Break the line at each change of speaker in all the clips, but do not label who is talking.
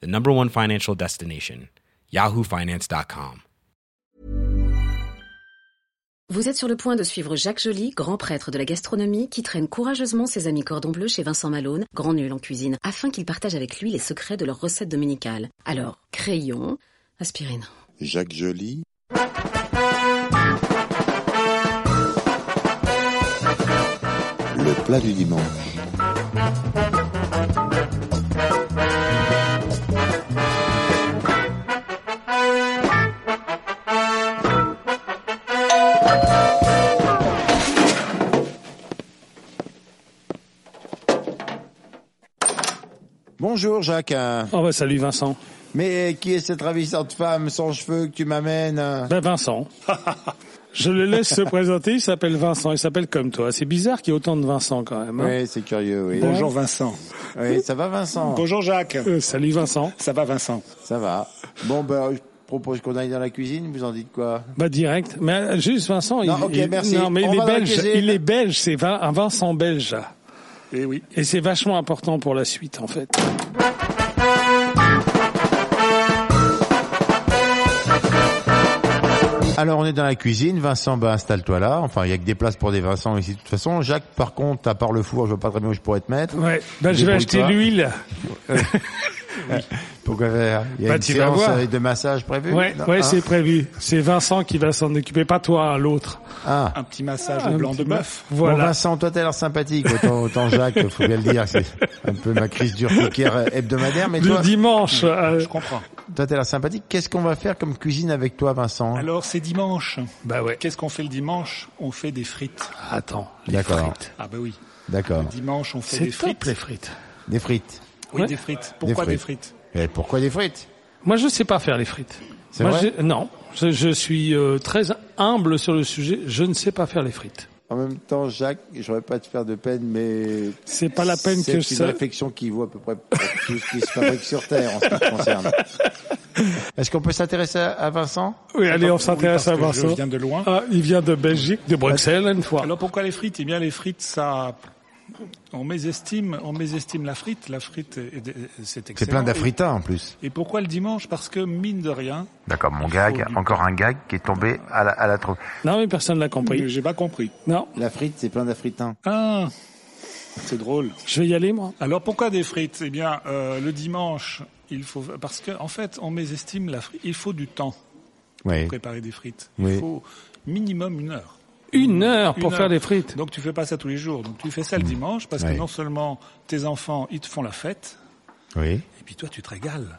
the number one financial destination, yahoofinance.com.
Vous êtes sur le point de suivre Jacques Joly, grand prêtre de la gastronomie, qui traîne courageusement ses amis cordon bleu chez Vincent Malone, grand nul en cuisine, afin qu'il partage avec lui les secrets de leurs recettes dominicales. Alors, crayon, aspirine.
Jacques Joly, le plat du dimanche. Bonjour Jacques. hein.
Oh bah salut Vincent.
Mais qui est cette ravissante femme sans cheveux que tu m'amènes hein
Ben Vincent. Je le laisse se présenter, il s'appelle Vincent, il s'appelle comme toi. C'est bizarre qu'il y ait autant de Vincent quand même. hein.
Oui, c'est curieux, oui.
Bonjour Vincent.
Oui, ça va Vincent
Bonjour Jacques.
Euh, salut Vincent.
Ça va Vincent
Ça va. Bon, ben, je propose qu'on aille dans la cuisine, vous en dites quoi
Bah direct. Mais euh, juste Vincent,
Non,
il,
ok,
il-
merci.
non, mais
On va
il est
dans la
belge,
cuisine.
il est belge, c'est Vin- un Vincent belge.
Eh oui.
Et c'est vachement important pour la suite en fait.
Alors, on est dans la cuisine. Vincent, ben, installe-toi là. Enfin, il y a que des places pour des Vincent ici, de toute façon. Jacques, par contre, à part le four, je vois pas très bien où je pourrais te mettre.
Ouais. Bah je vais
Débrouille-toi.
acheter l'huile.
Pourquoi faire Il y a
Bah,
une
tu vas
séance
voir.
euh, de massage prévue
Ouais,
Non,
ouais,
hein
c'est prévu. C'est Vincent qui va s'en occuper, pas toi, hein, l'autre.
Ah.
Un petit massage
Un
au blanc
petit
de
ma-
bœuf.
Bon,
Voilà.
Vincent, toi, t'as l'air sympathique. Autant, autant Jacques, faut bien le dire. C'est un peu ma crise du urticaire hebdomadaire. Mais toi,
le dimanche. euh,
Je comprends.
toi, t'as l'air sympathique. Qu'est-ce qu'on va faire comme cuisine avec toi, Vincent
Alors c'est dimanche.
Bah ouais.
Qu'est-ce qu'on fait le dimanche On fait des frites.
Attends. les
D'accord.
frites.
Ah bah oui.
D'accord.
Dimanche on fait
C'est
des
top
frites.
les frites.
Des frites.
Oui,
Ouais.
des frites. Pourquoi
Des
des
frites.
frites,
Mais pourquoi des frites
Moi, je sais pas faire les frites.
C'est
Moi,
vrai
je- non, je, je suis euh, très humble sur le sujet. Je ne sais pas faire les frites.
En même temps, Jacques, j'aurais pas te faire de peine, mais
C'est pas la peine que
c'est une
ça.
réflexion qui vaut à peu près pour tout ce qui se fabrique sur Terre en ce qui te concerne. Est-ce qu'on peut s'intéresser à- à Vincent
Oui, allez, on
Ah, Oui,
s'intéresse à
parce que
Vincent.
Je viens de loin.
Ah, il vient de Belgique, de Bruxelles, une fois.
Alors pourquoi les frites Eh bien les frites ça on mésestime on mésestime la frite. La frite est- est- c'est excellent.
C'est plein d'Afritains en plus.
Et, et pourquoi le dimanche Parce que mine de rien,
D'accord, mon
gag,
encore un gag qui est tombé à la, à la troupe.
Non, mais personne l'a compris.
j'ai pas compris.
Non,
La frite, c'est plein d'Afritains.
Ah, c'est drôle.
je vais y aller, moi.
Alors pourquoi des frites Eh bien, euh, le dimanche, il faut parce que en fait, on mésestime la frite. Il faut du temps
Oui.
pour préparer des frites.
Oui.
Il faut minimum une heure.
Une heure
Une
pour
heure.
faire les frites.
Donc tu fais pas ça tous les jours. Donc tu fais ça
Mm.
le dimanche parce
Oui.
que non seulement tes enfants ils te font la fête,
Oui.
et puis toi tu te régales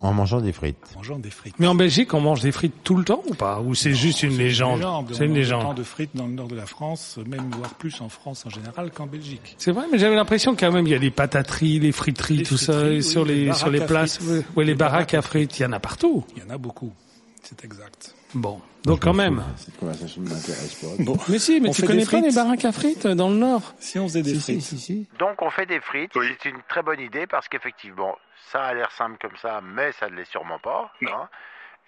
En mangeant des frites.
en mangeant des frites.
Mais en Belgique, on mange des frites tout le temps ou pas Ou c'est juste une légende
Légende.
C'est
On
une
mange Autant
légende.
de frites dans le nord de la France, même voire plus en France en général qu'en Belgique.
C'est vrai, mais j'avais l'impression quand même il y a les patateries, les friteries,
Les
tout ça,
friteries,
et
oui,
sur
les
les sur les
baraques à
places,
frites.
ouais, les
Les
baraques
baraques
à frites, il y en a partout.
Il y en a beaucoup. C'est exact.
Bon, donc quand même.
Cette conversation ne m'intéresse pas.
Mais si, mais
On
tu
fait
connais
des
pas les
frites.
baraques à frites euh, dans le Nord
Si on faisait des
Si, si,
frites.
si, si.
Donc on fait des frites. C'est une très bonne idée parce qu'effectivement, ça a l'air simple comme ça, mais ça ne l'est sûrement pas. hein.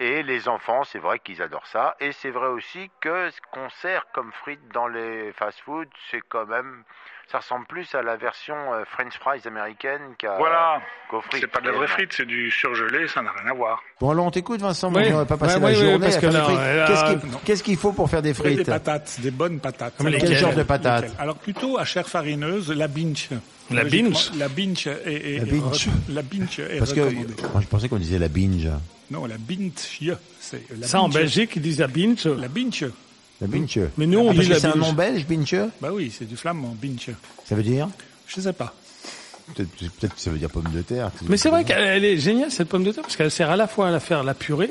Et les enfants, c'est vrai qu'ils adorent ça. Et c'est vrai aussi que ce qu'on sert comme frites dans les fast-foods, c'est quand même... Ça ressemble plus à la version euh, French fries américaine qu'à
Voilà,
qu'aux frites.
c'est pas de la vraie frite, c'est du surgelé, ça n'a rien à voir.
Bon, alors on t'écoute, Vincent.
Oui.
mais on va pas passer
Ouais,
la
ouais, ouais,
journée
parce
à
que euh,
faire des
là,
frites.
là,
Qu'est-ce qu'il-
non.
Qu'est-ce qu'il faut pour faire des
Oui, Des
frites
patates, des bonnes patates.
Mais
Alors,
Quel
lesquelles
genre de patates
Lesquelles Alors plutôt à chair farineuse, la binge.
La
Logiquement,
binge
La binge est, est-
La
est
binge.
re- la binge est
Parce que
recommandée.
moi, je pensais qu'on disait la binge.
Non, la binge, c'est la
Ça, en
binge.
Belgique, ils disent la binge.
La binge,
La binge.
Mais nous, on
Ah, Parce
dit
que
la
c'est un
binge.
nom belge, binge.
bah oui, c'est du flamand, binge.
Ça veut dire
Je sais pas.
Peut-être peut-être que ça veut dire pomme de terre.
Mais c'est vrai qu'elle est géniale cette pomme de terre parce qu'elle sert à la fois à faire la purée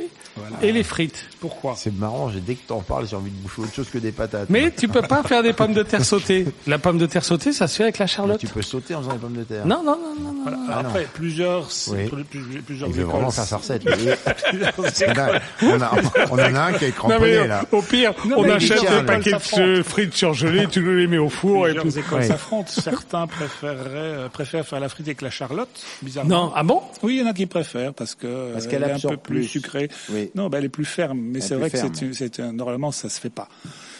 et les frites.
Pourquoi
C'est marrant, j'ai- dès que t'en parles, j'ai envie de bouffer autre chose que des patates.
Mais tu peux pas faire des pommes de terre sautées. La pomme de terre sautée, ça se fait avec la
Mais
charlotte.
tu peux sauter en faisant des pommes de terre.
Non, non, non, non, non.
Voilà.
Ah, non.
Après, plusieurs,
Oui.
plus- plusieurs
Il veut
écoles.
vraiment faire sa recette. lui. on, a, on, a- on en a un qui est
Non, mais,
cramponné, là.
au pire,
Non,
on
mais
achète
Michel,
des paquets
ça prend.
de frites surgelées, tu les mets au four et
Plusieurs
tout.
écoles
Ouais.
s'affrontent. Certains préféreraient, euh, préfèrent faire la frite avec la charlotte, bizarrement.
Non, ah bon
Oui, il y en a qui préfèrent parce que
Parce
parce
qu'elle
qu'elle est un
absorbe
peu plus,
plus.
sucrée.
Oui.
Non, bah, elle est plus ferme,
Elle
mais
est
c'est
plus
vrai que
ferme.
c'est une- c'est un- normalement ça se fait pas.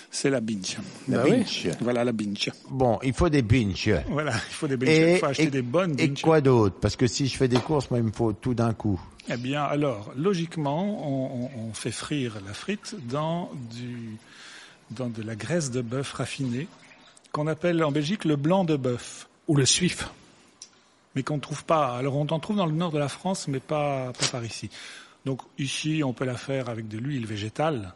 C'est la binge.
La
oui.
binge.
Voilà la binge.
Bon, il faut des binges.
Voilà, il faut des binges.
Et,
il faut acheter
et-
des bonnes
et
binges.
quoi d'autre Parce que si je fais des courses, moi, il me faut tout d'un coup.
Eh bien, alors, logiquement, on, on- on fait frire la frite dans du dans de la graisse de bœuf raffinée qu'on appelle en Belgique le blanc de bœuf,
Ou le suif.
mais qu'on ne trouve pas. Alors, on en trouve dans le nord de la France, mais pas, pas par ici. Donc, ici, on peut la faire avec de l'huile végétale,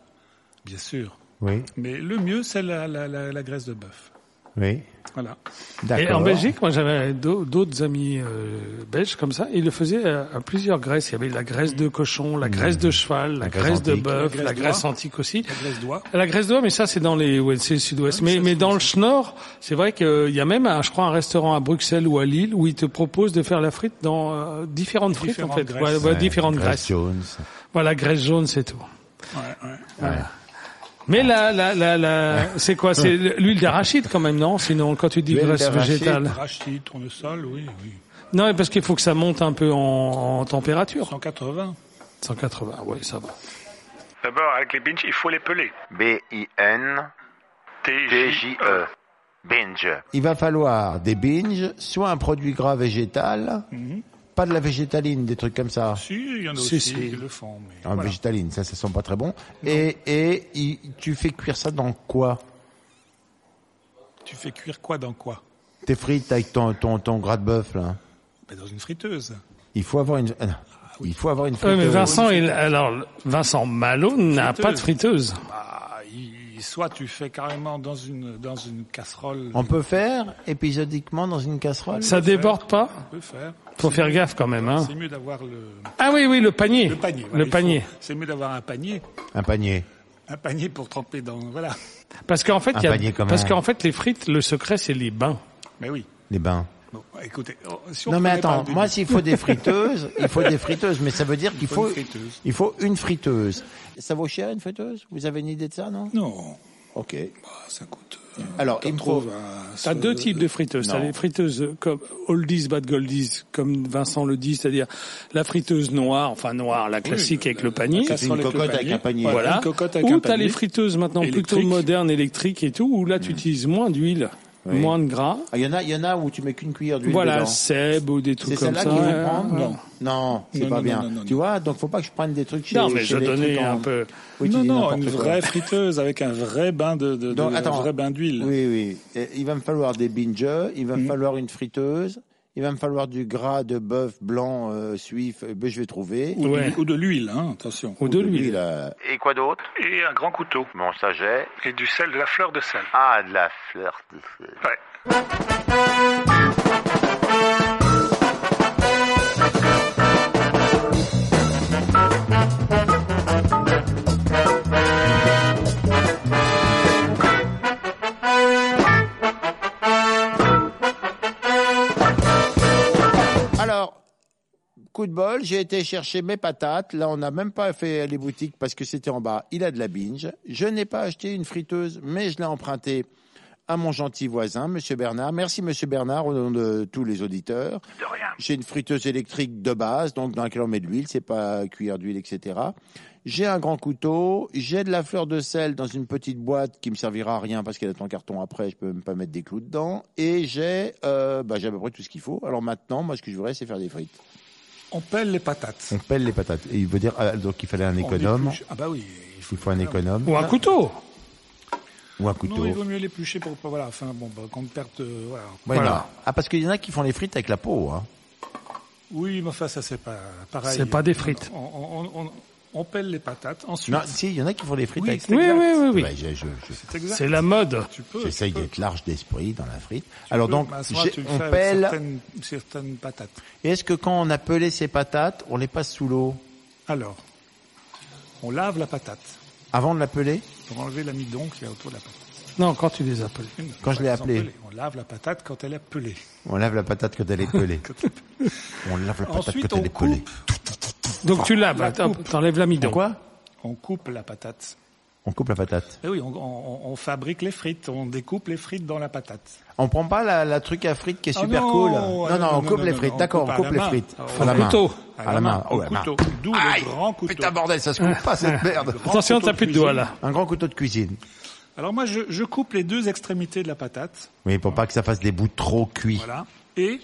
bien sûr.
Oui,
Mais le mieux, c'est la, la, la, la graisse de bœuf.
oui.
Voilà.
Et
D'accord.
en Belgique, moi j'avais d'au- d'autres amis euh, belges comme ça, ils le faisaient à, à plusieurs graisses. Il y avait la graisse de cochon, la graisse de cheval, la,
Hmm. graisse
graisse, de
antique.
bœuf,
La
la
graisse
graisse,
d'oie.
antique aussi.
La graisse d'oie.
La graisse d'oie, mais ça c'est dans les ouais, c'est le sud-ouest. mais mais dans le schnorr, c'est vrai qu'il y a même, un- je crois, un restaurant à Bruxelles ou à Lille où ils te proposent de faire la frite dans euh, différentes frites en
Différentes
fait,
graisses.
Ouais, ouais,
Ouais,
différentes
Grace
graisses.
Jones.
Voilà, graisse jaune, c'est tout.
Ouais, ouais.
Mais la la la, la c'est quoi C'est l'huile d'arachide quand même, non Sinon, quand tu dis
L'huile
graisse
d'arachide.
végétale.
Rachis, tournesol, oui, oui.
Non, mais parce qu'il faut que ça monte un peu en, en température.
180.
180, oui, ça va.
D'abord, avec les binges, il faut les peler.
B-I-N-T-J-E.
T-J-E.
Binge.
Il va falloir des binges, soit un produit gras végétal,
Mhm.
pas de la végétaline, des trucs comme ça.
Si, il y en a
Si,
aussi
si.
qui le font. Mais
Ah,
voilà.
végétaline, ça, ça sent pas très bon. Et, et il- tu fais cuire ça dans quoi
Tu fais cuire quoi dans quoi
Tes frites avec ton, ton, ton gras de bœuf, là.
Ben, Dans une friteuse.
Il faut avoir une, ah, non. il faut avoir une frite.
Ah
euh,
Oui, mais Vincent, il, alors Vincent Malone n'a
Friteuse.
pas de friteuse.
Bah, il- soit tu fais carrément dans une dans une casserole.
On peut faire épisodiquement dans une casserole.
Ça déborde pas
On peut faire.
Faut faire gaffe quand même, hein.
C'est mieux d'avoir le,
Ah oui, oui, le panier.
le panier. voilà,
Le
il
panier.
faut- C'est mieux d'avoir un panier,
Un panier.
un panier pour tremper dans voilà.
Parce qu'en fait,
Un
il y a-
panier comme
parce
un-
qu'en fait, les frites, le secret, c'est les bains.
Mais oui.
Les bains.
Bon, écoutez. oh, si on
Non mais
prenait pas
attends,
le début-
moi s'il faut des friteuses, il faut des friteuses, mais ça veut dire qu'il
faut
faut,
une friteuse.
il faut une friteuse. Ça vaut cher une friteuse Vous avez une idée de ça, non
Non,
Ok.
bah, ça coûte.
Alors, il me faut-
T'as deux types de friteuses. T'as
Non.
les friteuses comme oldies, bad goldies, comme Vincent le dit, c'est-à-dire la friteuse noire, enfin noire, la classique avec le panier.
C'est une cocotte avec un panier.
Voilà.
Une cocotte avec
ou
un
t'as
panier.
les friteuses maintenant plutôt
Électrique.
modernes, électriques et tout, où là tu utilises moins d'huile,
Oui.
moins de gras.
Ah, Il y en a, il y en a où tu mets qu'une cuillère d'huile
Voilà,
dedans.
Seb ou des
C'est
trucs comme
celle-là
ça.
qu'il faut
ouais.
prendre
non.
non, c'est
Non,
pas
non,
bien.
non, non, non,
tu vois, donc faut pas que je prenne des trucs chez
Non, mais
chez
je
les
donnais
trucs en-
un peu.
Oui, tu
non,
dis
non,
n'importe
une
quoi.
vraie friteuse avec un vrai bain de, de,
Donc,
de-
attends.
un vrai bain d'huile.
Oui, oui. Et il va me falloir des binges, il va
Mhm.
me falloir une friteuse, il va me falloir du gras de bœuf blanc euh, suif, euh, ben, je vais trouver.
Ou, de-
Ouais.
ou de l'huile, hein, attention.
Ou de l'huile.
euh,
Et quoi d'autre
Et un grand couteau.
Bon, ça j'ai.
Et du sel, de la fleur de sel.
Ah, de la fleur de sel.
Ouais.
Alors, coup de bol, j'ai été chercher mes patates. Là, on n'a même pas fait les boutiques parce que c'était en bas. Il a de la binge. Je n'ai pas acheté une friteuse, mais je l'ai empruntée à mon gentil voisin, Monsieur Bernard. Merci, Monsieur Bernard, au nom de tous les auditeurs.
De rien.
J'ai une friteuse électrique de base, donc dans laquelle on met de l'huile, c'est pas cuillère d'huile, etc. J'ai un grand couteau, j'ai de la fleur de sel dans une petite boîte qui me servira à rien parce qu'elle est en carton après, je peux même pas mettre des clous dedans. Et j'ai, euh, bah, j'ai à peu près tout ce qu'il faut. Alors maintenant, moi, ce que je voudrais, c'est faire des frites.
On pèle les patates.
On pèle les patates. Et il veut dire, ah, donc il fallait un économe.
épluche- Ah bah oui, il faut
Il faut un économe.
Ou un couteau.
Ou un
Non,
couteau.
il vaut mieux l'éplucher pour pas voilà, enfin bon, bah, qu'on ne perde euh, voilà.
Ouais,
Voilà.
non. Ah, parce qu'il y en a qui font les frites avec la peau, hein.
Oui, mais enfin ça c'est pas pareil.
C'est pas des frites.
On, on- on- on pèle les patates. Ensuite,
Non, si, il y en a qui font des frites
Oui,
avec
c'est
Oui,
exact.
oui, oui, oui.
Ouais, je- je- je-
c'est exact.
C'est la mode.
Tu peux.
J'essaye
tu peux.
d'être large d'esprit dans la frite. Alors
Tu
donc,
peux, mais à ce moment,
j'ai-
tu le
on
fais avec
pèle.
certaines, certaines patates.
Est-ce que quand on a pelé ces patates, on les passe sous l'eau
Alors, on lave la patate
avant de la peler
pour enlever l'amidon qu'il y a autour de la patate.
Non, quand tu les appelles.
Une,
Quand je
pas
l'ai
les
appelée.
empeler. On lave la patate quand elle est pelée.
On lave la patate quand elle est pelée. on lave la patate
Ensuite,
quand
on
elle est pelée.
coupe,
Donc tu laves,
Bah,
La
attends,
coupe.
t'enlèves l'amidon.
Pourquoi
on coupe la patate.
On coupe la patate.
Et Eh oui, on, on- on fabrique les frites, on découpe les frites dans la patate.
On prend pas la, la truc à frites qui est
Ah
super
non,
cool.
ah
Non,
non,
non, on
non,
coupe
non,
les
non,
frites.
non,
D'accord,
on coupe
on coupe
à la
les
main.
frites.
Au
À la main.
couteau.
À,
Ah, la main,
au
ouais, la main.
couteau, d'où le grand couteau.
Putain bordel, ça se coupe pas cette merde.
Grand
Attention,
couteau
t'as plus de doigts là.
Un grand couteau de cuisine.
Alors moi, je, je coupe les deux extrémités de la patate,
Oui, pour pas que ça fasse des bouts trop cuits.
voilà, et,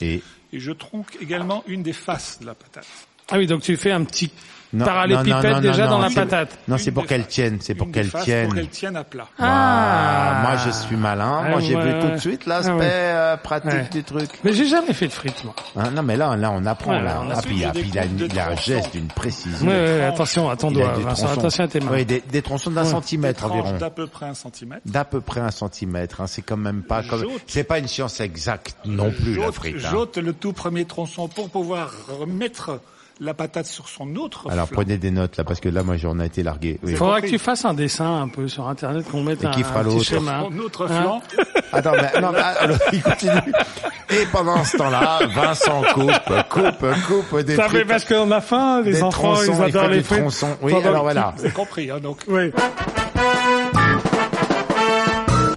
Et
et je tronque également une des faces de la patate.
Ah oui, donc tu fais un petit
non,
parallélépipède
non, non,
déjà
non,
dans la
c'est-
patate.
Non,
Une
c'est pour
des
qu'elle
faces.
tienne. C'est pour
Une des
qu'elle
faces
tienne.
Pour qu'elle tienne à plat.
Ah, moi je suis malin.
Ah,
moi j'ai
ouais,
vu tout de
ouais.
suite l'aspect
Ah, ouais.
euh, pratique
Ouais.
du truc.
Mais j'ai jamais fait de frites, moi.
Hein, non mais là, là on apprend
Ouais,
là.
on
Ah,
apprend.
puis, il a- puis il a, une- il a un geste, une
Ouais,
précision.
ouais,
tranches.
attention à ton
Il a
doigt,
des
Vincent.
tronçons.
Attention à tes mains.
Oui, des, des tronçons d'un
Ouais.
Des
centimètre
tranches
environ.
d'à peu près un centimètre.
D'à peu près un centimètre. Hein. C'est quand même pas comme.
J'ôte.
C'est pas une science exacte non plus la
J'ôte-
frite. hein.
J'ôte le tout premier tronçon pour pouvoir remettre la patate sur son autre
hein. Alors
flanc.
prenez des notes là parce que là moi j'en ai été largué. Oui.
Il faudra que tu fasses un dessin un peu sur Internet, qu'on mette
Et
un,
qui fera
un petit
l'autre.
schéma.
Son autre
Hein
flanc,
Attends, mais, non, mais, ah, alors, il continue. Et pendant ce temps-là, Vincent coupe, coupe, coupe des
Ça fait
frites.
parce qu'on a faim, les
des
enfants,
tronçons,
ils
il faut
adorent
des
les frites.
tronçons. Oui,
Pendant
alors
que-
voilà.
c'est compris. Hein, donc,
Oui.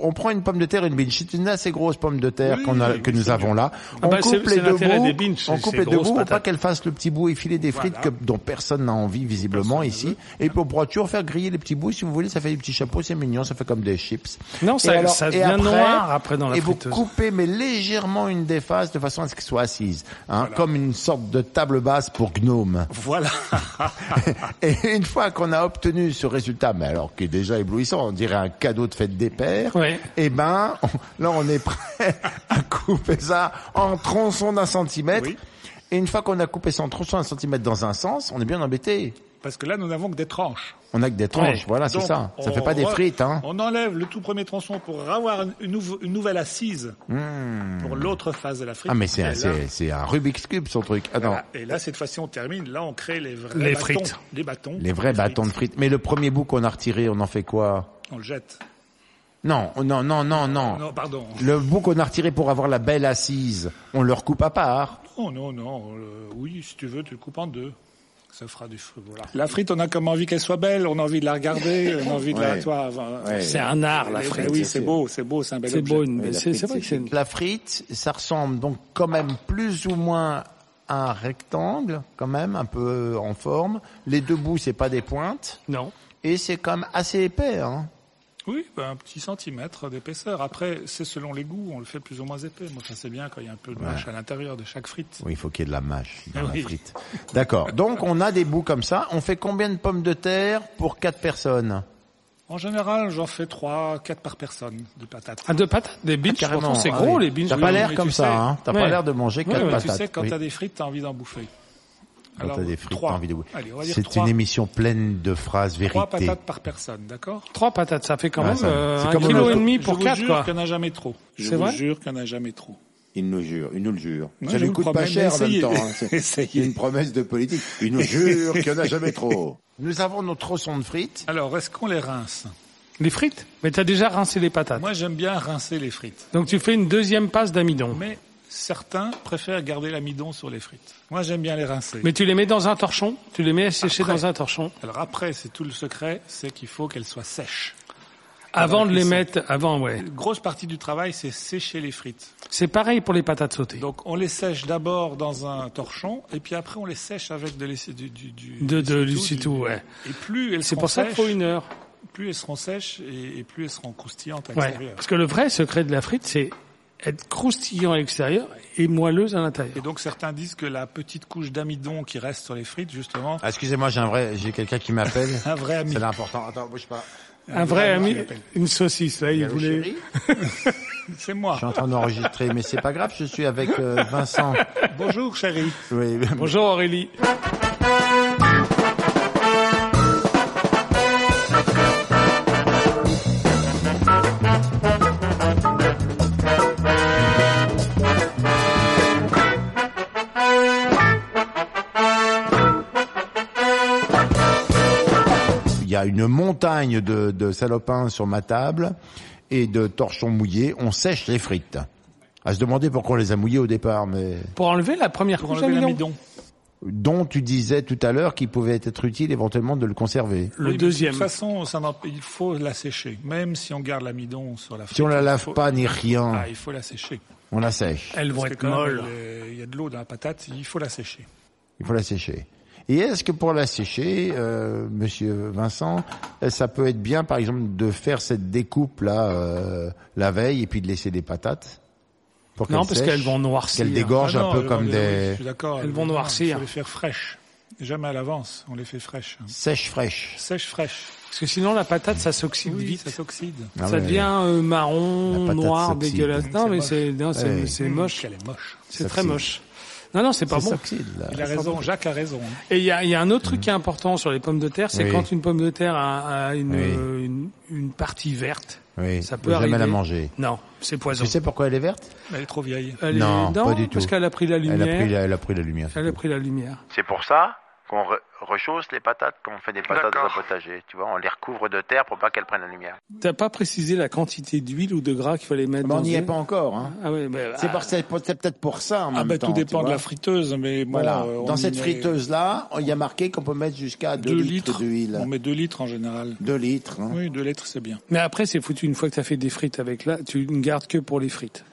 On prend une pomme de terre, une binge. C'est une assez grosse pomme de terre
Oui,
qu'on a,
oui,
que nous
c'est
avons là.
Ah
on
bah, c'est-
coupe les
c'est
deux
l'intérêt
bouts.
des binges,
on
c'est-
coupe
c'est
les deux
grosse
bouts pour pas
patate.
qu'elle fasse le petit bout effilé des frites
Voilà.
que, dont personne n'a envie visiblement ici. Et puis on pourra toujours faire griller les petits bouts. Si vous voulez, ça fait des petits chapeaux, c'est mignon, ça fait comme des chips.
Non, ça,
Et alors-
ça
et
devient
après-
noir après dans la
et vous
friteuse.
coupez mais légèrement une des faces de façon à ce qu'elle soit assise, hein, comme une sorte de table basse pour gnome.
voilà.
Et une fois qu'on a obtenu ce résultat, mais alors qui est déjà éblouissant, on dirait un cadeau de fête des pères,
Ouais.
eh ben, on- là, on est prêt à couper ça en tronçons d'un centimètre.
Oui.
Et une fois qu'on a coupé ça en tronçons d'un centimètre dans un sens, on est bien embêté.
Parce que là, nous n'avons que des tranches.
On a que des tranches,
Ouais.
voilà, Ah, c'est
Donc,
ça. Ça
on
fait pas des
re-
frites, hein.
On enlève le tout premier tronçon pour avoir une, une nouve- une nouvelle assise pour l'autre phase de la frite.
Hmm. Ah, mais c'est
Et
un,
là-
c'est- c'est un Rubik's Cube, son truc. Ah, Attends.
voilà. Et là, cette fois-ci, on termine. Là, on crée les vrais
Les
bâtons.
frites.
Les bâtons.
Les vrais
des
bâtons de frites. Mais le premier bout qu'on a retiré, on en fait quoi?
On le jette.
Non, non, non, non, non.
Non, pardon.
Le bout qu'on a retiré pour avoir la belle assise, on le recoupe à part.
Non, Oh, non, non. euh, oui, si tu veux, tu le coupes en deux. Ça fera du fruit. Voilà. La frite, on a comme envie qu'elle soit belle. On a envie de la regarder. on a envie de la.
Ouais.
Toi, avant-
C'est un art, la
Eh
frite.
ben Oui, c'est beau, c'est beau, c'est un bel
C'est
objet.
beau, une... c'est c'est vrai que c'est une...
La frite, ça ressemble donc quand même plus ou moins à un rectangle, quand même, un peu euh, en forme. Les deux bouts, c'est pas des pointes.
Non.
Et c'est quand même assez épais, hein.
Oui, ben, un petit centimètre d'épaisseur. Après, c'est selon les goûts, on le fait plus ou moins épais. Moi, ça c'est bien quand il y a un peu de mâche à l'intérieur de chaque frite.
Oui, il faut qu'il y ait de la mâche dans
Ah oui.
la frite. D'accord. Donc, on a des bouts comme ça. On fait combien de pommes de terre pour quatre personnes?
En général, j'en fais trois, quatre par personne de patates.
Ah, deux patates, des binges, pourtant c'est
Ah
gros
oui.
les binges.
T'as pas
oui.
l'air
mais
comme
tu
ça,
sais.
hein. T'as pas
Ouais.
l'air de manger
Ouais,
quatre
ouais,
Mais
patates.
Euh, tu sais, quand
Oui.
t'as des frites, t'as envie d'en bouffer.
Quand t'as des frites,
trois.
t'as envie de bouffer.
Allez, on va dire
C'est
trois.
une émission pleine de phrases
Trois
vérité.
patates par personne, d'accord
Trois patates, ça fait quand
Ouais,
même
ça-
euh,
c'est
un
comme
Je
kilo
vous-
et demi pour
je
quatre,
vous jure
quoi.
qu'il n'y en a jamais trop. Je
C'est
vous
vrai
jure qu'il n'y en a jamais trop.
Il nous jure, il nous le jure.
Non,
ça
je
lui
vous
coûte pas
promets,
cher en même
essayez.
temps. hein. C'est c'est
Essayez.
une promesse de politique. Il nous jure qu'il n'y en a jamais trop.
Nous avons nos tronçons de frites.
Alors, est-ce qu'on les rince
Les frites Mais t'as déjà rincé les patates.
Moi, j'aime bien rincer les frites.
Donc tu fais une deuxième passe d'amidon.
Mais certains préfèrent garder l'amidon sur les frites. Moi, j'aime bien les rincer.
Mais tu les mets dans un torchon, tu les mets à sécher
Après.
dans un torchon.
Alors après, c'est tout le secret, c'est qu'il faut qu'elles soient sèches.
Avant de les
cuisson.
mettre, avant, ouais.
Une grosse partie du travail, c'est sécher les frites.
C'est pareil pour les patates sautées.
Donc on les sèche d'abord dans un torchon, et puis après on les sèche avec de l'essitu. Du, du, du,
De- de
du-
l'essitu, ouais.
Et plus elles
C'est
seront
pour ça qu'il faut
sèches,
une heure.
plus elles seront sèches et, et plus elles seront croustillantes à
Ouais.
l'extérieur.
Parce que le vrai secret de la frite, c'est être croustillant à l'extérieur et moelleuse à l'intérieur.
Et donc certains disent que la petite couche d'amidon qui reste sur les frites, justement,
Ah, Excusez-moi, j'ai un vrai, j'ai quelqu'un qui m'appelle.
un vrai ami.
C'est l'important. Attends, bouge pas.
Un vrai ami, une saucisse, là, il
Allô,
voulait.
chérie
C'est moi.
Je suis en train d'enregistrer, mais c'est pas grave. Je suis avec euh, Vincent.
Bonjour chérie.
Oui.
Bonjour Aurélie.
y a une montagne de, de salopins sur ma table et de torchons mouillés. On sèche les frites. À se demander pourquoi on les a mouillés au départ, mais
Pour enlever la première
Pour
couche
enlever
d'amidon.
l'amidon.
dont tu disais tout à l'heure qu'il pouvait être utile éventuellement de le conserver.
Le
Oui, mais
deuxième.
De toute façon, ça n'en- il faut la sécher. Même si on garde l'amidon sur la frite.
Si on la
il
lave
faut-
pas ni rien,
Ah, il faut la sécher.
on la sèche.
Elles vont
Parce que
être
quand même,
molles.
elle est- Il y a de l'eau dans la patate, il faut la sécher.
Il faut la sécher. Et est-ce que pour la sécher, euh, Monsieur Vincent, euh, ça peut être bien, par exemple, de faire cette découpe là euh, la veille et puis de laisser des patates pour
Non, parce
sèchent,
qu'elles vont noircir.
qu'elles dégorgent
Ah
un
non,
peu
elles
comme
vont- oui, je
des
suis d'accord.
Elles vont noircir.
Il faut les faire fraîches. Jamais à l'avance, on les fait fraîches. hein.
sèches fraîches.
Sèches fraîches.
Parce que sinon, la patate, ça s'oxyde
Oui,
vite.
ça s'oxyde.
Ah
ça
ouais,
devient euh,
La
marron,
patate
noir,
s'oxyde.
dégueulasse. Non,
C'est
mais
moche.
c'est non, c'est-
Ouais.
c'est moche.
Elle Mmh, est moche.
C'est très
s'oxyde.
moche. Non, non, c'est pas
ça
bon.
s'oxyde, là.
Il a raison, Jacques a raison. hein.
Et il y a, il y a un autre truc qui est important sur les pommes de terre, c'est
Oui.
quand une pomme de terre a, a une,
Oui.
euh, une, une partie verte.
Oui,
Ça
faut
peut
jamais
arriver.
la manger.
Non, c'est poison.
Tu sais pourquoi elle est verte
Elle est trop vieille.
Elle est-
Non, pas du
parce
tout.
qu'elle a pris la
elle
lumière.
a, pris la, elle a pris la lumière. c'est
Elle a
tout.
pris la lumière.
C'est pour ça qu'on re- rechausse les patates quand on fait des patates dans un
D'accord.
potager. Tu vois, on les recouvre de terre pour pas qu'elles prennent la lumière.
T'as pas précisé la quantité d'huile ou de gras qu'il fallait mettre
Mais on
dans
n'y
une-
est pas encore. Hein.
Ah ouais, bah,
C'est
ah, bah,
par- c'est pour- c'est peut-être pour ça en
Ah
même
ben
temps.
tout
tu
dépend de
vois.
la friteuse, mais bon,
Voilà.
euh, on
Dans
y
cette
met
friteuse là, il y a marqué qu'on peut mettre jusqu'à 2
deux
litres
litres. On
d'huile.
met deux litres en général.
2 litres. hein.
Oui, deux litres, c'est bien.
Mais après, c'est foutu. Une fois que t'as fait des frites avec là, tu ne gardes que pour les frites.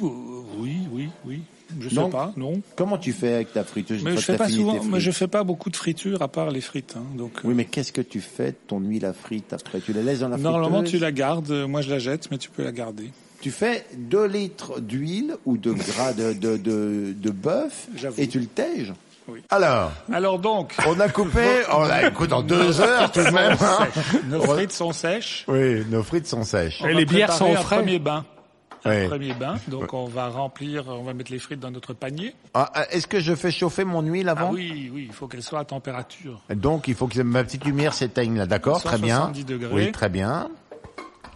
Oui, oui, oui. Je sais
Non.
pas, non.
Comment tu fais avec ta friteuse une
Mais
fois
je
que
fais
t'as
pas
fini tes
souvent.
frites
Mais je fais pas beaucoup de fritures à part les frites. hein, donc
Oui, mais qu'est-ce que tu fais de ton huile à frites après Tu la laisses dans la friteuse
normalement tu la gardes. euh, Moi je la jette, mais tu peux la garder.
Tu fais 2 litres d'huile ou de gras de, de, de, de bœuf
J'avoue.
et tu le tèges
Oui.
Alors,
Alors donc,
on a coupé, on a, écoute, en deux heures tout de même. hein.
nos frites sont sèches.
Oui, nos frites sont sèches.
Et
On va
les bières
préparer
sont
un
frais.
Premier bain.
Oui.
Premier bain. Donc on va remplir, on va mettre les frites dans notre panier.
Ah, ah, Est-ce que je fais chauffer mon huile
Ah
avant
oui, oui, il faut qu'elle soit à température.
Donc, il faut que ma petite lumière s'éteigne là, d'accord Très bien.
170 degrés.
Oui, très bien.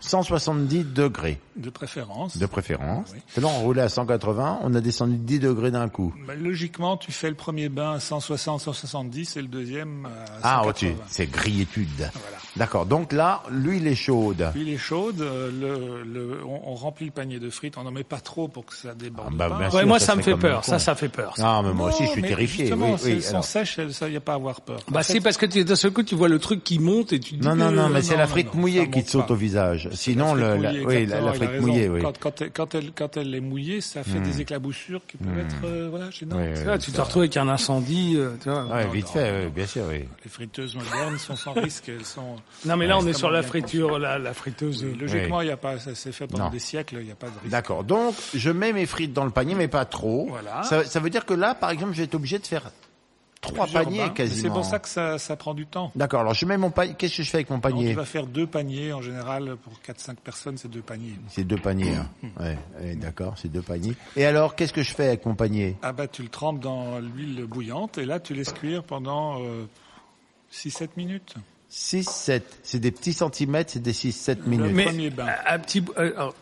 170 degrés.
De préférence.
De préférence.
Oui.
Là, on roulait à 180, on a descendu 10 degrés d'un coup.
Bah, logiquement, tu fais le premier bain à 160, 170 et le deuxième
Ah,
à
ok,
180.
c'est grillitude.
Voilà.
D'accord, donc là, l'huile est chaude.
L'huile est chaude, euh, le, le, on, on remplit le panier de frites, on n'en met pas trop pour que ça déborde
Ah, bah,
pas.
bien sûr.
Ouais, moi,
ça
ça, me
serait
fait
comme un
peur.
con.
Ça, ça fait peur. ça.
Ah, mais moi
Non,
aussi, je suis
mais
terrifié.
Justement,
Oui,
si
oui,
elles sont
alors.
sèches, elles- ça, il n'y a pas à avoir peur.
Bah, c'est parce que tu- d'un seul coup, tu vois le truc qui monte et tu te dis.
Non, non,
que-
non, mais
non,
c'est la
non, non,
frite
ça
mouillée qui
monte
te saute
pas.
au visage. Sinon,
la
le,
frite
la-
mouillée,
oui, la,
exactement,
la
il a
frite
raison.
mouillée, oui. Hmm.
Quand, quand elle, quand, elle, quand elle est mouillée, ça fait des éclaboussures qui peuvent être euh, voilà, gênantes.
Oui, oui,
Tu vois, tu te retrouves avec un incendie. euh, tu vois.
Ouais,
non,
vite
non,
fait, oui, bien sûr, oui.
Les friteuses modernes sont sans risque, elles sont...
Non, mais là, on est
Extrêmement
sur la
bien
friture, la, la friteuse.
Logiquement, il y a pas, ça s'est fait pendant
Non.
des siècles, il n'y a pas de risque.
D'accord. Donc, je mets mes frites dans le panier, mais pas trop.
Voilà.
Ça, ça veut dire que là, par exemple, je vais être obligé de faire trois
Plusieurs
paniers
bains.
quasiment.
C'est pour ça que ça, ça prend du temps.
D'accord. Alors, je mets mon panier. Qu'est-ce que je fais avec mon
Alors, tu
panier
vas faire deux paniers en général pour 4-5 personnes, c'est deux paniers.
C'est deux paniers. hein.
Mmh.
Ouais, ouais, d'accord. C'est deux paniers. Et alors, qu'est-ce que je fais avec mon panier
Ah bah tu le trempes dans l'huile bouillante et là tu laisses cuire pendant euh, 6-7 minutes.
6, 7. C'est des petits centimètres, c'est des 6, 7 minutes.
Mais
Premier bain.
un un petit, bou- euh, alors,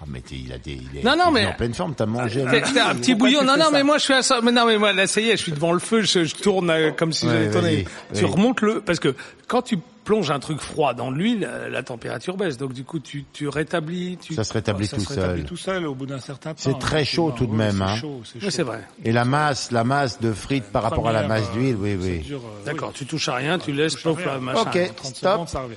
Ah, mais t'es- il a des, il est,
Non, non,
il est
mais-
en pleine forme, t'as mangé.
Ah,
t'es-
là.
t'es un petit bouillon. Non, non, mais moi, je suis à ça. Mais non, mais moi, là, ça y est, je suis devant le feu. Je, je tourne euh, comme si
Ouais,
j'avais tourné.
vas-y,
Tu
oui.
remontes le, parce que quand tu plonges un truc froid dans l'huile, euh, la température baisse. Donc, du coup, tu, tu rétablis. Tu...
Ça se rétablit
ça
tout
se rétablit
seul.
tout seul au bout d'un certain temps.
C'est très chaud tout de
Oui,
même,
C'est
hein.
chaud, c'est
Oui, c'est
chaud.
vrai.
Et la masse, la masse de frites par rapport à la
Première,
masse d'huile, oui,
euh,
oui.
ça dure, euh,
D'accord.
oui,
Tu touches à rien, tu
tu
laisses,
touches à
pouf,
rien.
là, machin.
Ok.
30
Stop.
secondes, ça revient.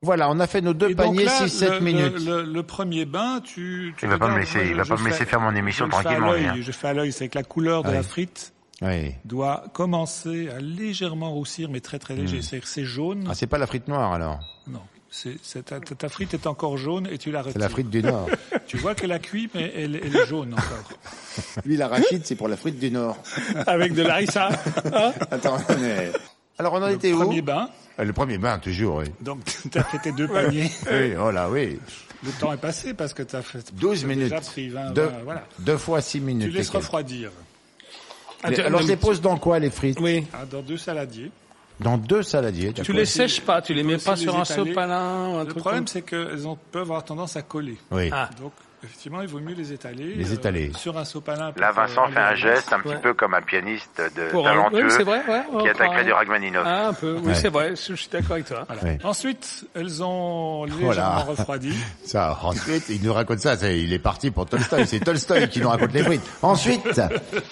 Voilà, on a fait nos deux
Et donc
paniers,
là,
6, 7
le- le-
minutes.
Le, le premier bain, tu. tu
Il va pas me
regardes,
laisser-
moi,
il
je-
va
je
pas me
fais-
laisser faire mon émission
je le fais à
tranquillement,
l'œil,
lui, hein.
Je fais à l'œil, c'est que la couleur de
Ouais.
la frite
Oui.
doit commencer à légèrement roussir, mais très très léger. C'est- C'est jaune.
Hmm. Ah, c'est pas la frite noire, alors.
Non, c'est, c'est ta, ta- ta frite est encore jaune et tu la
C'est
retires.
la frite du Nord.
Tu vois qu'elle a cuit, mais elle, elle est jaune encore.
Lui, l'arachide, c'est pour la frite du Nord.
Avec de l'arissa.
Oh.
Attends, mais...
Alors, on en
Le
était où
premier bain,
Euh, Le premier bain, toujours, oui.
donc t'as fait tes deux paniers.
Oui, oh là, oui.
Le temps est passé parce que t'as fait
12
t'as
minutes.
Déjà pris 20,
deux,
voilà.
deux fois 6 minutes.
Tu laisses
lesquelles.
refroidir.
Ah, tu-
Alors,
non,
je les pose dans quoi, les frites
Oui.
Ah, dans deux saladiers.
Dans deux saladiers, d'accord.
Tu les sèches pas, tu les mets
aussi
pas
les
sur un
étaler.
sopalin ou un
Le
truc
problème,
comme ça.
c'est qu'elles ont- peuvent avoir tendance à coller.
Oui.
Ah.
Donc, Effectivement, il vaut mieux les étaler.
Les
euh,
étaler.
sur un sopalin.
Là,
pour,
Vincent
euh,
fait un
aller
geste un
Ouais.
petit peu comme un pianiste de
Pour-
talentueux
oui, c'est vrai, ouais, ouais,
qui attaquerait
pareil.
du Rachmaninov.
Ah, un peu. Oui,
Ouais.
c'est vrai. Je suis d'accord avec toi.
Voilà.
Ouais.
Ensuite, elles ont légèrement
Voilà.
refroidi.
Ça, ensuite, il nous raconte ça, c'est- il est parti pour Tolstoy, c'est Tolstoy qui nous raconte les frites. Ensuite,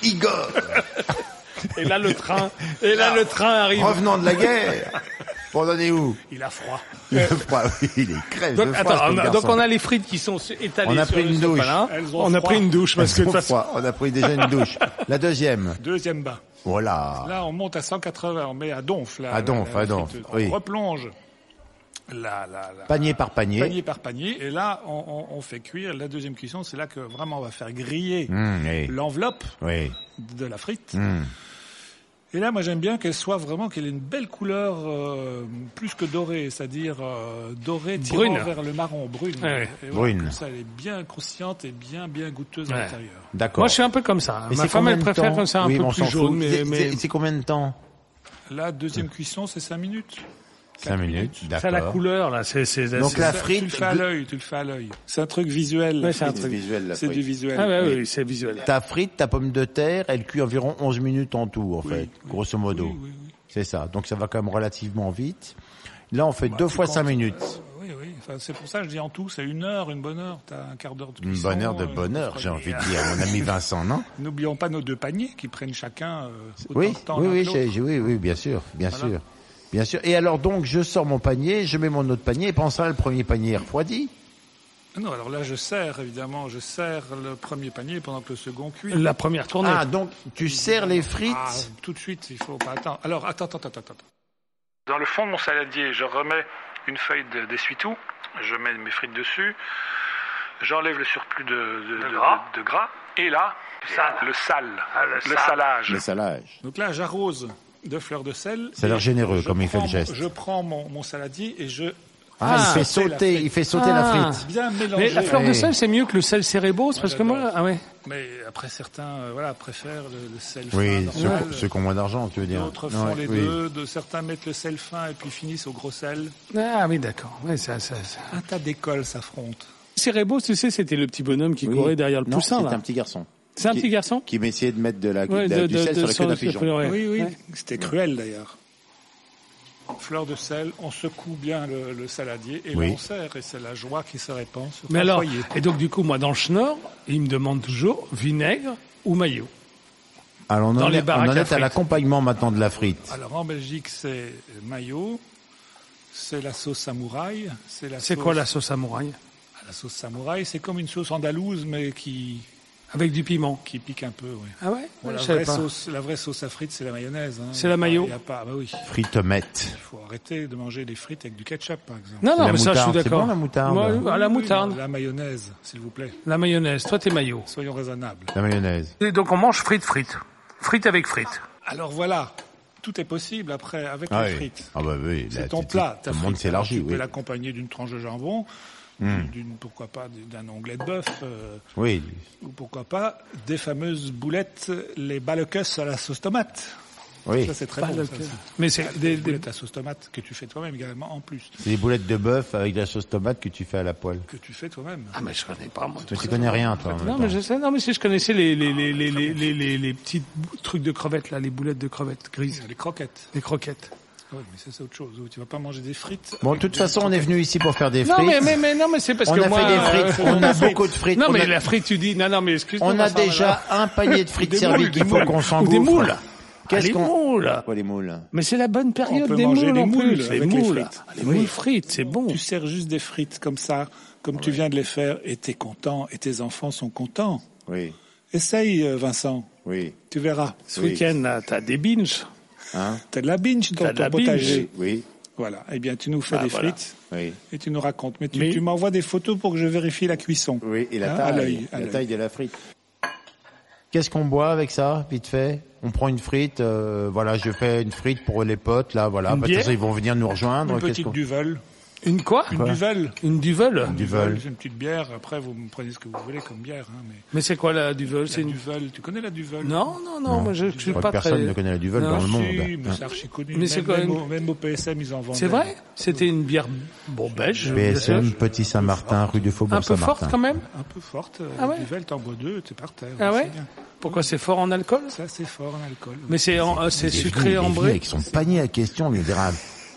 Igor,
Et là, le train, et là, le train arrive.
revenant de la guerre, pour donner où
Il a froid.
Il est froid, Bah oui, il est crève
Euh, Donc,
de froid,
attends,
ce
on
pauvre
a, donc
garçon.
on a les frites qui sont su- étalées
On a
sur
pris
le
une douche.
sopalin.
Elles ont
On a
froid.
pris une douche parce que de
Trop
toute façon,
froid, on a pris déjà une douche. La deuxième,
Deuxième bain.
voilà.
Là, on monte à 180, on met à donf. Là,
À donf,
la- la
à donf,
friteuse.
oui.
On replonge la, la, la-
Panier par panier.
panier par panier. Et là, on, on- on fait cuire la deuxième cuisson. C'est là que vraiment on va faire griller
Hum, oui.
l'enveloppe
Oui.
de la frite.
Hum.
Et là, moi, j'aime bien qu'elle soit vraiment, qu'elle ait une belle couleur euh, plus que dorée, c'est-à-dire euh, dorée tirant
Brune.
vers le marron, brune.
Ouais.
Et
Brune.
comme ça, elle est bien croustillante et bien, bien goûteuse à
Ouais.
l'intérieur.
D'accord.
Moi, je suis un peu comme ça. hein.
Mais
Ma
c'est
femme,
combien
elle
de
préfère
temps
comme ça un
Oui, mais
peu
on
plus
s'en fout.
jaune. Mais,
C'est-
mais
c'est- C'est combien de temps
La
Mmh.
deuxième cuisson, c'est cinq minutes.
Cinq minutes,
ça, la
d'accord.
couleur, là, c'est, c'est,
Donc
c'est-
la
Ça,
frite,
Tu le fais à
de-
l'œil, tu le fais à l'œil. C'est un truc visuel.
Ouais, c'est un truc.
visuel, la
C'est du visuel.
Ah, ouais, oui, c'est visuel.
ta frite, ta pomme de terre, elle cuit environ 11 minutes en tout, en fait, grosso modo.
Oui, oui, oui.
C'est ça. Donc ça va quand même relativement vite. Là, on
Bah,
fait deux
tu
fois
comptes,
cinq minutes.
Oui, oui. Enfin, c'est pour ça que je dis en tout, c'est une heure, une bonne heure. T'as un quart d'heure de
Une
cuisson,
bonne heure de
euh,
bonheur,
entre
j'ai
les-
envie de dire, mon ami Vincent, non
N'oublions pas nos deux paniers qui prennent chacun euh, autant
Oui,
de temps.
oui,
l'un que
oui,
l'autre.
j'ai- j'ai- oui, oui, bien sûr, bien
Voilà.
sûr, bien sûr. Et alors donc, je sors mon panier, je mets mon autre panier, et pensera le premier panier est refroidi.
Ah Non, alors là, je sers, évidemment, je sers le premier panier pendant que le second cuit.
La première tournée.
Ah, donc tu sers les frites.
Ah, tout de suite, il faut pas attendre. Alors, attends, attends, attends, attends.
Dans le fond de mon saladier, je remets une feuille de- d'essuie-tout, je mets mes frites dessus, j'enlève le surplus de, de- de-
gras.
de- de gras, et là, le sale, le,
sale.
salage.
Le salage.
Donc là, j'arrose de fleurs de sel.
Ça a l'air
Et
généreux,
je
comme il fait
prends
le geste.
mon- Je prends mon, mon saladier et je...
Ah,
Ah,
il fait
c'est la
sauter,
frite.
il fait sauter
Ah.
la frite.
Bien
mais
mélanger.
la fleur
Ouais.
de sel, c'est mieux que le sel cérébose parce que moi,
j'adore.
ah ouais.
Mais après, certains euh, voilà, préfèrent le, le sel
Oui,
fin.
ceux,
normal.
ceux qui ont moins d'argent, tu veux dire.
D'autres font
Ouais,
les
oui.
deux. De, certains mettent le sel fin et puis finissent au gros sel.
Ah oui, d'accord. Ouais, ça, ça, ça.
Un tas d'écoles s'affrontent.
Cérébose, tu sais, c'était le petit bonhomme qui
Oui.
courait derrière le
Non,
poussin,
C'est
là.
un petit garçon
C'est un
qui-
petit garçon?
qui m'essayait de mettre de la,
Ouais,
de la- du sel sur la queue d'un
sur-
pigeon.
ouais.
Oui, oui.
Ouais.
C'était cruel d'ailleurs. Fleur de sel, on secoue bien le, le saladier et
Oui.
l'on sert. Et c'est la joie qui se répand sur
Mais
un
alors,
foyer.
et donc du coup, moi, dans le schnorr, il me demande toujours vinaigre ou maillot.
Alors on
Dans
en
les
est, on
baraques
en
à
est à,
frites.
l'accompagnement maintenant de la frite.
Alors en Belgique, c'est maillot, c'est la sauce samouraï. C'est la
C'est
sauce-
quoi la sauce samouraï
Ah, La sauce samouraï, c'est comme une sauce andalouse, mais qui,
Avec du piment.
qui pique un peu. oui.
Ah ouais
Bon,
Je
la,
savais
vraie
pas.
sauce, la vraie sauce à frites, c'est la mayonnaise. hein.
C'est la mayo.
Il y a pas, bah oui,
Frite mette.
il faut arrêter de manger des frites avec du ketchup, par exemple.
Non, non,
La
mais ça, je
moutarde,
suis
c'est
d'accord.
bon, la moutarde
Moi, oui, à la
Oui, oui,
moutarde,
non, La mayonnaise, s'il vous plaît.
la mayonnaise. Toi, t'es maillot.
Soyons raisonnables.
La mayonnaise.
Et donc, on mange frites, frites. Frites avec frites.
Alors voilà, tout est possible après avec
Ah
les
oui.
frites.
Ah bah oui. là,
C'est ton
tu- tu-
plat. ta
Le monde
frite. hein.
s'élargit,
Tu peux
oui. Hmm.
l'accompagner d'une tranche de jambon, d'une pourquoi pas d'un onglet de bœuf, euh,
Oui.
ou pourquoi pas des fameuses boulettes, les balocus à la sauce tomate.
Oui.
Ça c'est très
Pas
bon.
le
ça,
cœur.
ça.
Mais c'est
Des
des, des-
boulettes à sauce tomate que tu fais toi-même également en plus
C'est des boulettes de bœuf avec de la sauce tomate que tu fais à la poêle.
que tu fais toi-même.
Ah, mais je connais pas, moi.
Mais tu connais rien, toi. en même
Non,
temps.
mais je sais, non, mais si je connaissais les, les, les, les, les, les, les- les petits bou- trucs de crevettes, là, les boulettes de crevettes grises,
Les croquettes.
les croquettes.
Oui, mais ça c'est autre chose. Tu vas pas manger des frites.
Bon, de
avec
toute
des
façon, on est venu ici pour faire des frites.
Non, mais, mais, mais, non, mais c'est parce
on
que
a
moi.
fait des
euh,
frites. on a beaucoup de frites.
Non, mais
on a,
la frite, tu dis, non, non, mais excuse-moi.
on a
Vincent,
déjà un panier de frites
Des
servies
moules,
qu'il
des
faut
moules.
qu'on
Ou
s'engouffre.
des moules. Ah,
Qu'est-ce
les
qu'on...
moules.
Quoi, les moules
Mais c'est la bonne période
peut
des
manger
moules,
des
en
moules
plus.
avec
les
les
moules.
frites.
Ah, Les moules frites, c'est bon.
Tu sers juste des frites comme ça, comme tu viens de les faire, et t'es content, et tes enfants sont contents.
Oui,
Essaye, euh, Vincent.
oui,
Tu verras.
Ce
Oui.
week-end, là, t'as des binges.
T'as de la binge dans
T'as de
ton
la binge.
potager.
oui,
Voilà. Eh bien, tu nous fais
Ah,
des
voilà.
frites
oui.
et tu nous racontes. Mais tu,
Mais-
tu m'envoies des photos pour que je vérifie la cuisson.
Oui, et la
Ah,
Hein, à
taille,
l'œil, à
la
l'œil.
taille de la frite.
Qu'est-ce qu'on boit avec ça, vite fait On prend une frite. euh, voilà, je fais une frite pour les potes, là, voilà.
Une
Parce que
bière
ils vont venir nous rejoindre.
Une
Qu'est-ce
petite
qu'on-
duvel.
Une quoi
Une duvel.
Une duvel.
Une C'est une petite bière. Après, vous me prenez ce que vous voulez comme bière. hein, mais
Mais c'est quoi la duvel
c'est
C'est
une
une.
duvel. Tu connais la duvel
Non, non, non. Moi, je, je suis
crois que
pas
personne
très.
ne connaît la duvel
Non,
dans le
Si,
monde.
mais c'est archi connu.
Mais
même,
c'est quand même-
même au, même au PSM, ils en vendent.
C'est vrai C'était une bière bon belge.
PSM, Petit Saint-Martin, rue du Faubourg
Un peu
Saint-Martin.
forte quand même.
Un peu forte.
Ah
Ah
ouais
Duvel, t'en bois deux, t'es par terre.
Ah
C'est
ouais
bien.
Pourquoi c'est fort en alcool
Ça, c'est fort hein, en alcool.
Mais c'est en- euh,
Il
c'est
est venu, il
sucré
est venu
ambré.
Avec son panier à questions, mais il dira,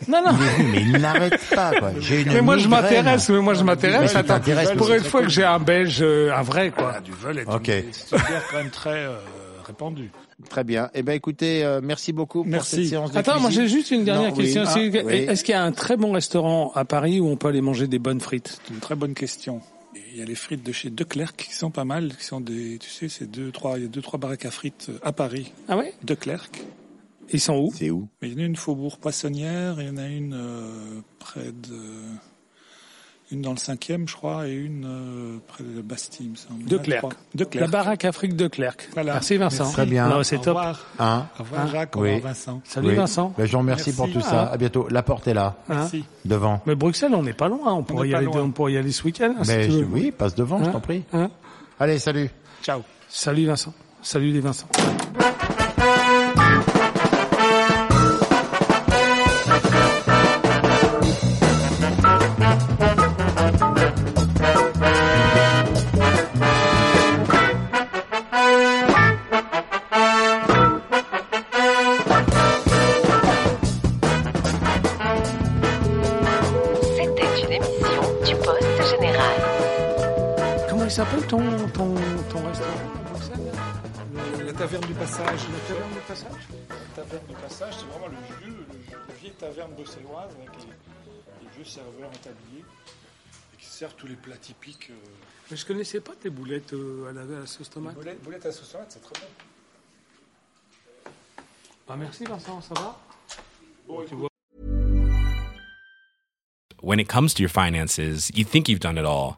Non, non.
il est venu, mais il n'arrête pas, quoi. J'ai une
Mais moi je
migraine.
m'intéresse, mais moi je m'intéresse.
tu
Attends,
t'intéresses,
pour
mais
une fois que j'ai un belge, euh, un vrai quoi.
Ah,
La duvel est
Ok.
une, c'est une bière quand même très euh, répandue.
Très bien. Eh ben écoutez, euh, merci beaucoup
Merci.
pour cette séance de
Attends, moi
cuisine.
j'ai juste une dernière
Non, oui.
question.
Ah,
C'est-
oui.
Est-ce qu'il y a un très bon restaurant à Paris où on peut aller manger des bonnes frites
C'est une très bonne question. Il y a les frites de chez Declercq qui sont pas mal, qui sont des, tu sais, c'est deux, trois, il y a deux, trois baraques à frites euh, à Paris.
Ah ouais
Declercq.
Ils sont où
C'est où?
Mais il y en a une faubourg Poissonnière, il y en a une euh, près de, une dans le cinquième, je crois, et une euh, près de la Bastille, il me semble.
Declercq. La
Declercq.
baraque Afrique de Clerc.
Voilà.
Merci Vincent.
Très bien.
Non, C'est
Au
top.
revoir.
Hein?
Au revoir Jacques, au
Oui.
revoir Vincent.
Salut
Oui.
Vincent.
Ben, je vous remercie pour
Merci.
tout ça.
Ah.
À bientôt. La porte est là.
Hein
Merci.
Devant.
Mais Bruxelles, on n'est pas loin. On pourrait
n'est
y
pas
aller,
loin.
on pourrait y aller ce week-end. hein, si
Mais
tu
je-
veux.
oui, passe devant, je
Hein
t'en prie.
Hein
Allez, salut.
Ciao.
Salut Vincent. Salut les Vincent.
C'était une émission du Poste Général.
Comment il s'appelle ton, ton, ton restaurant à Bruxelles là
La taverne du passage.
La taverne du passage
La taverne du passage, c'est vraiment le vieux, le vieux- la vieille taverne bruxelloise avec les, les vieux serveurs en tablier et qui servent tous les plats typiques. euh.
Mais je connaissais pas tes boulettes euh, à, la, à la sauce tomate.
Boulette, boulette à sauce tomate, c'est très bon.
Ah, merci Vincent, ça va
When it comes to your finances, you think you've done it all.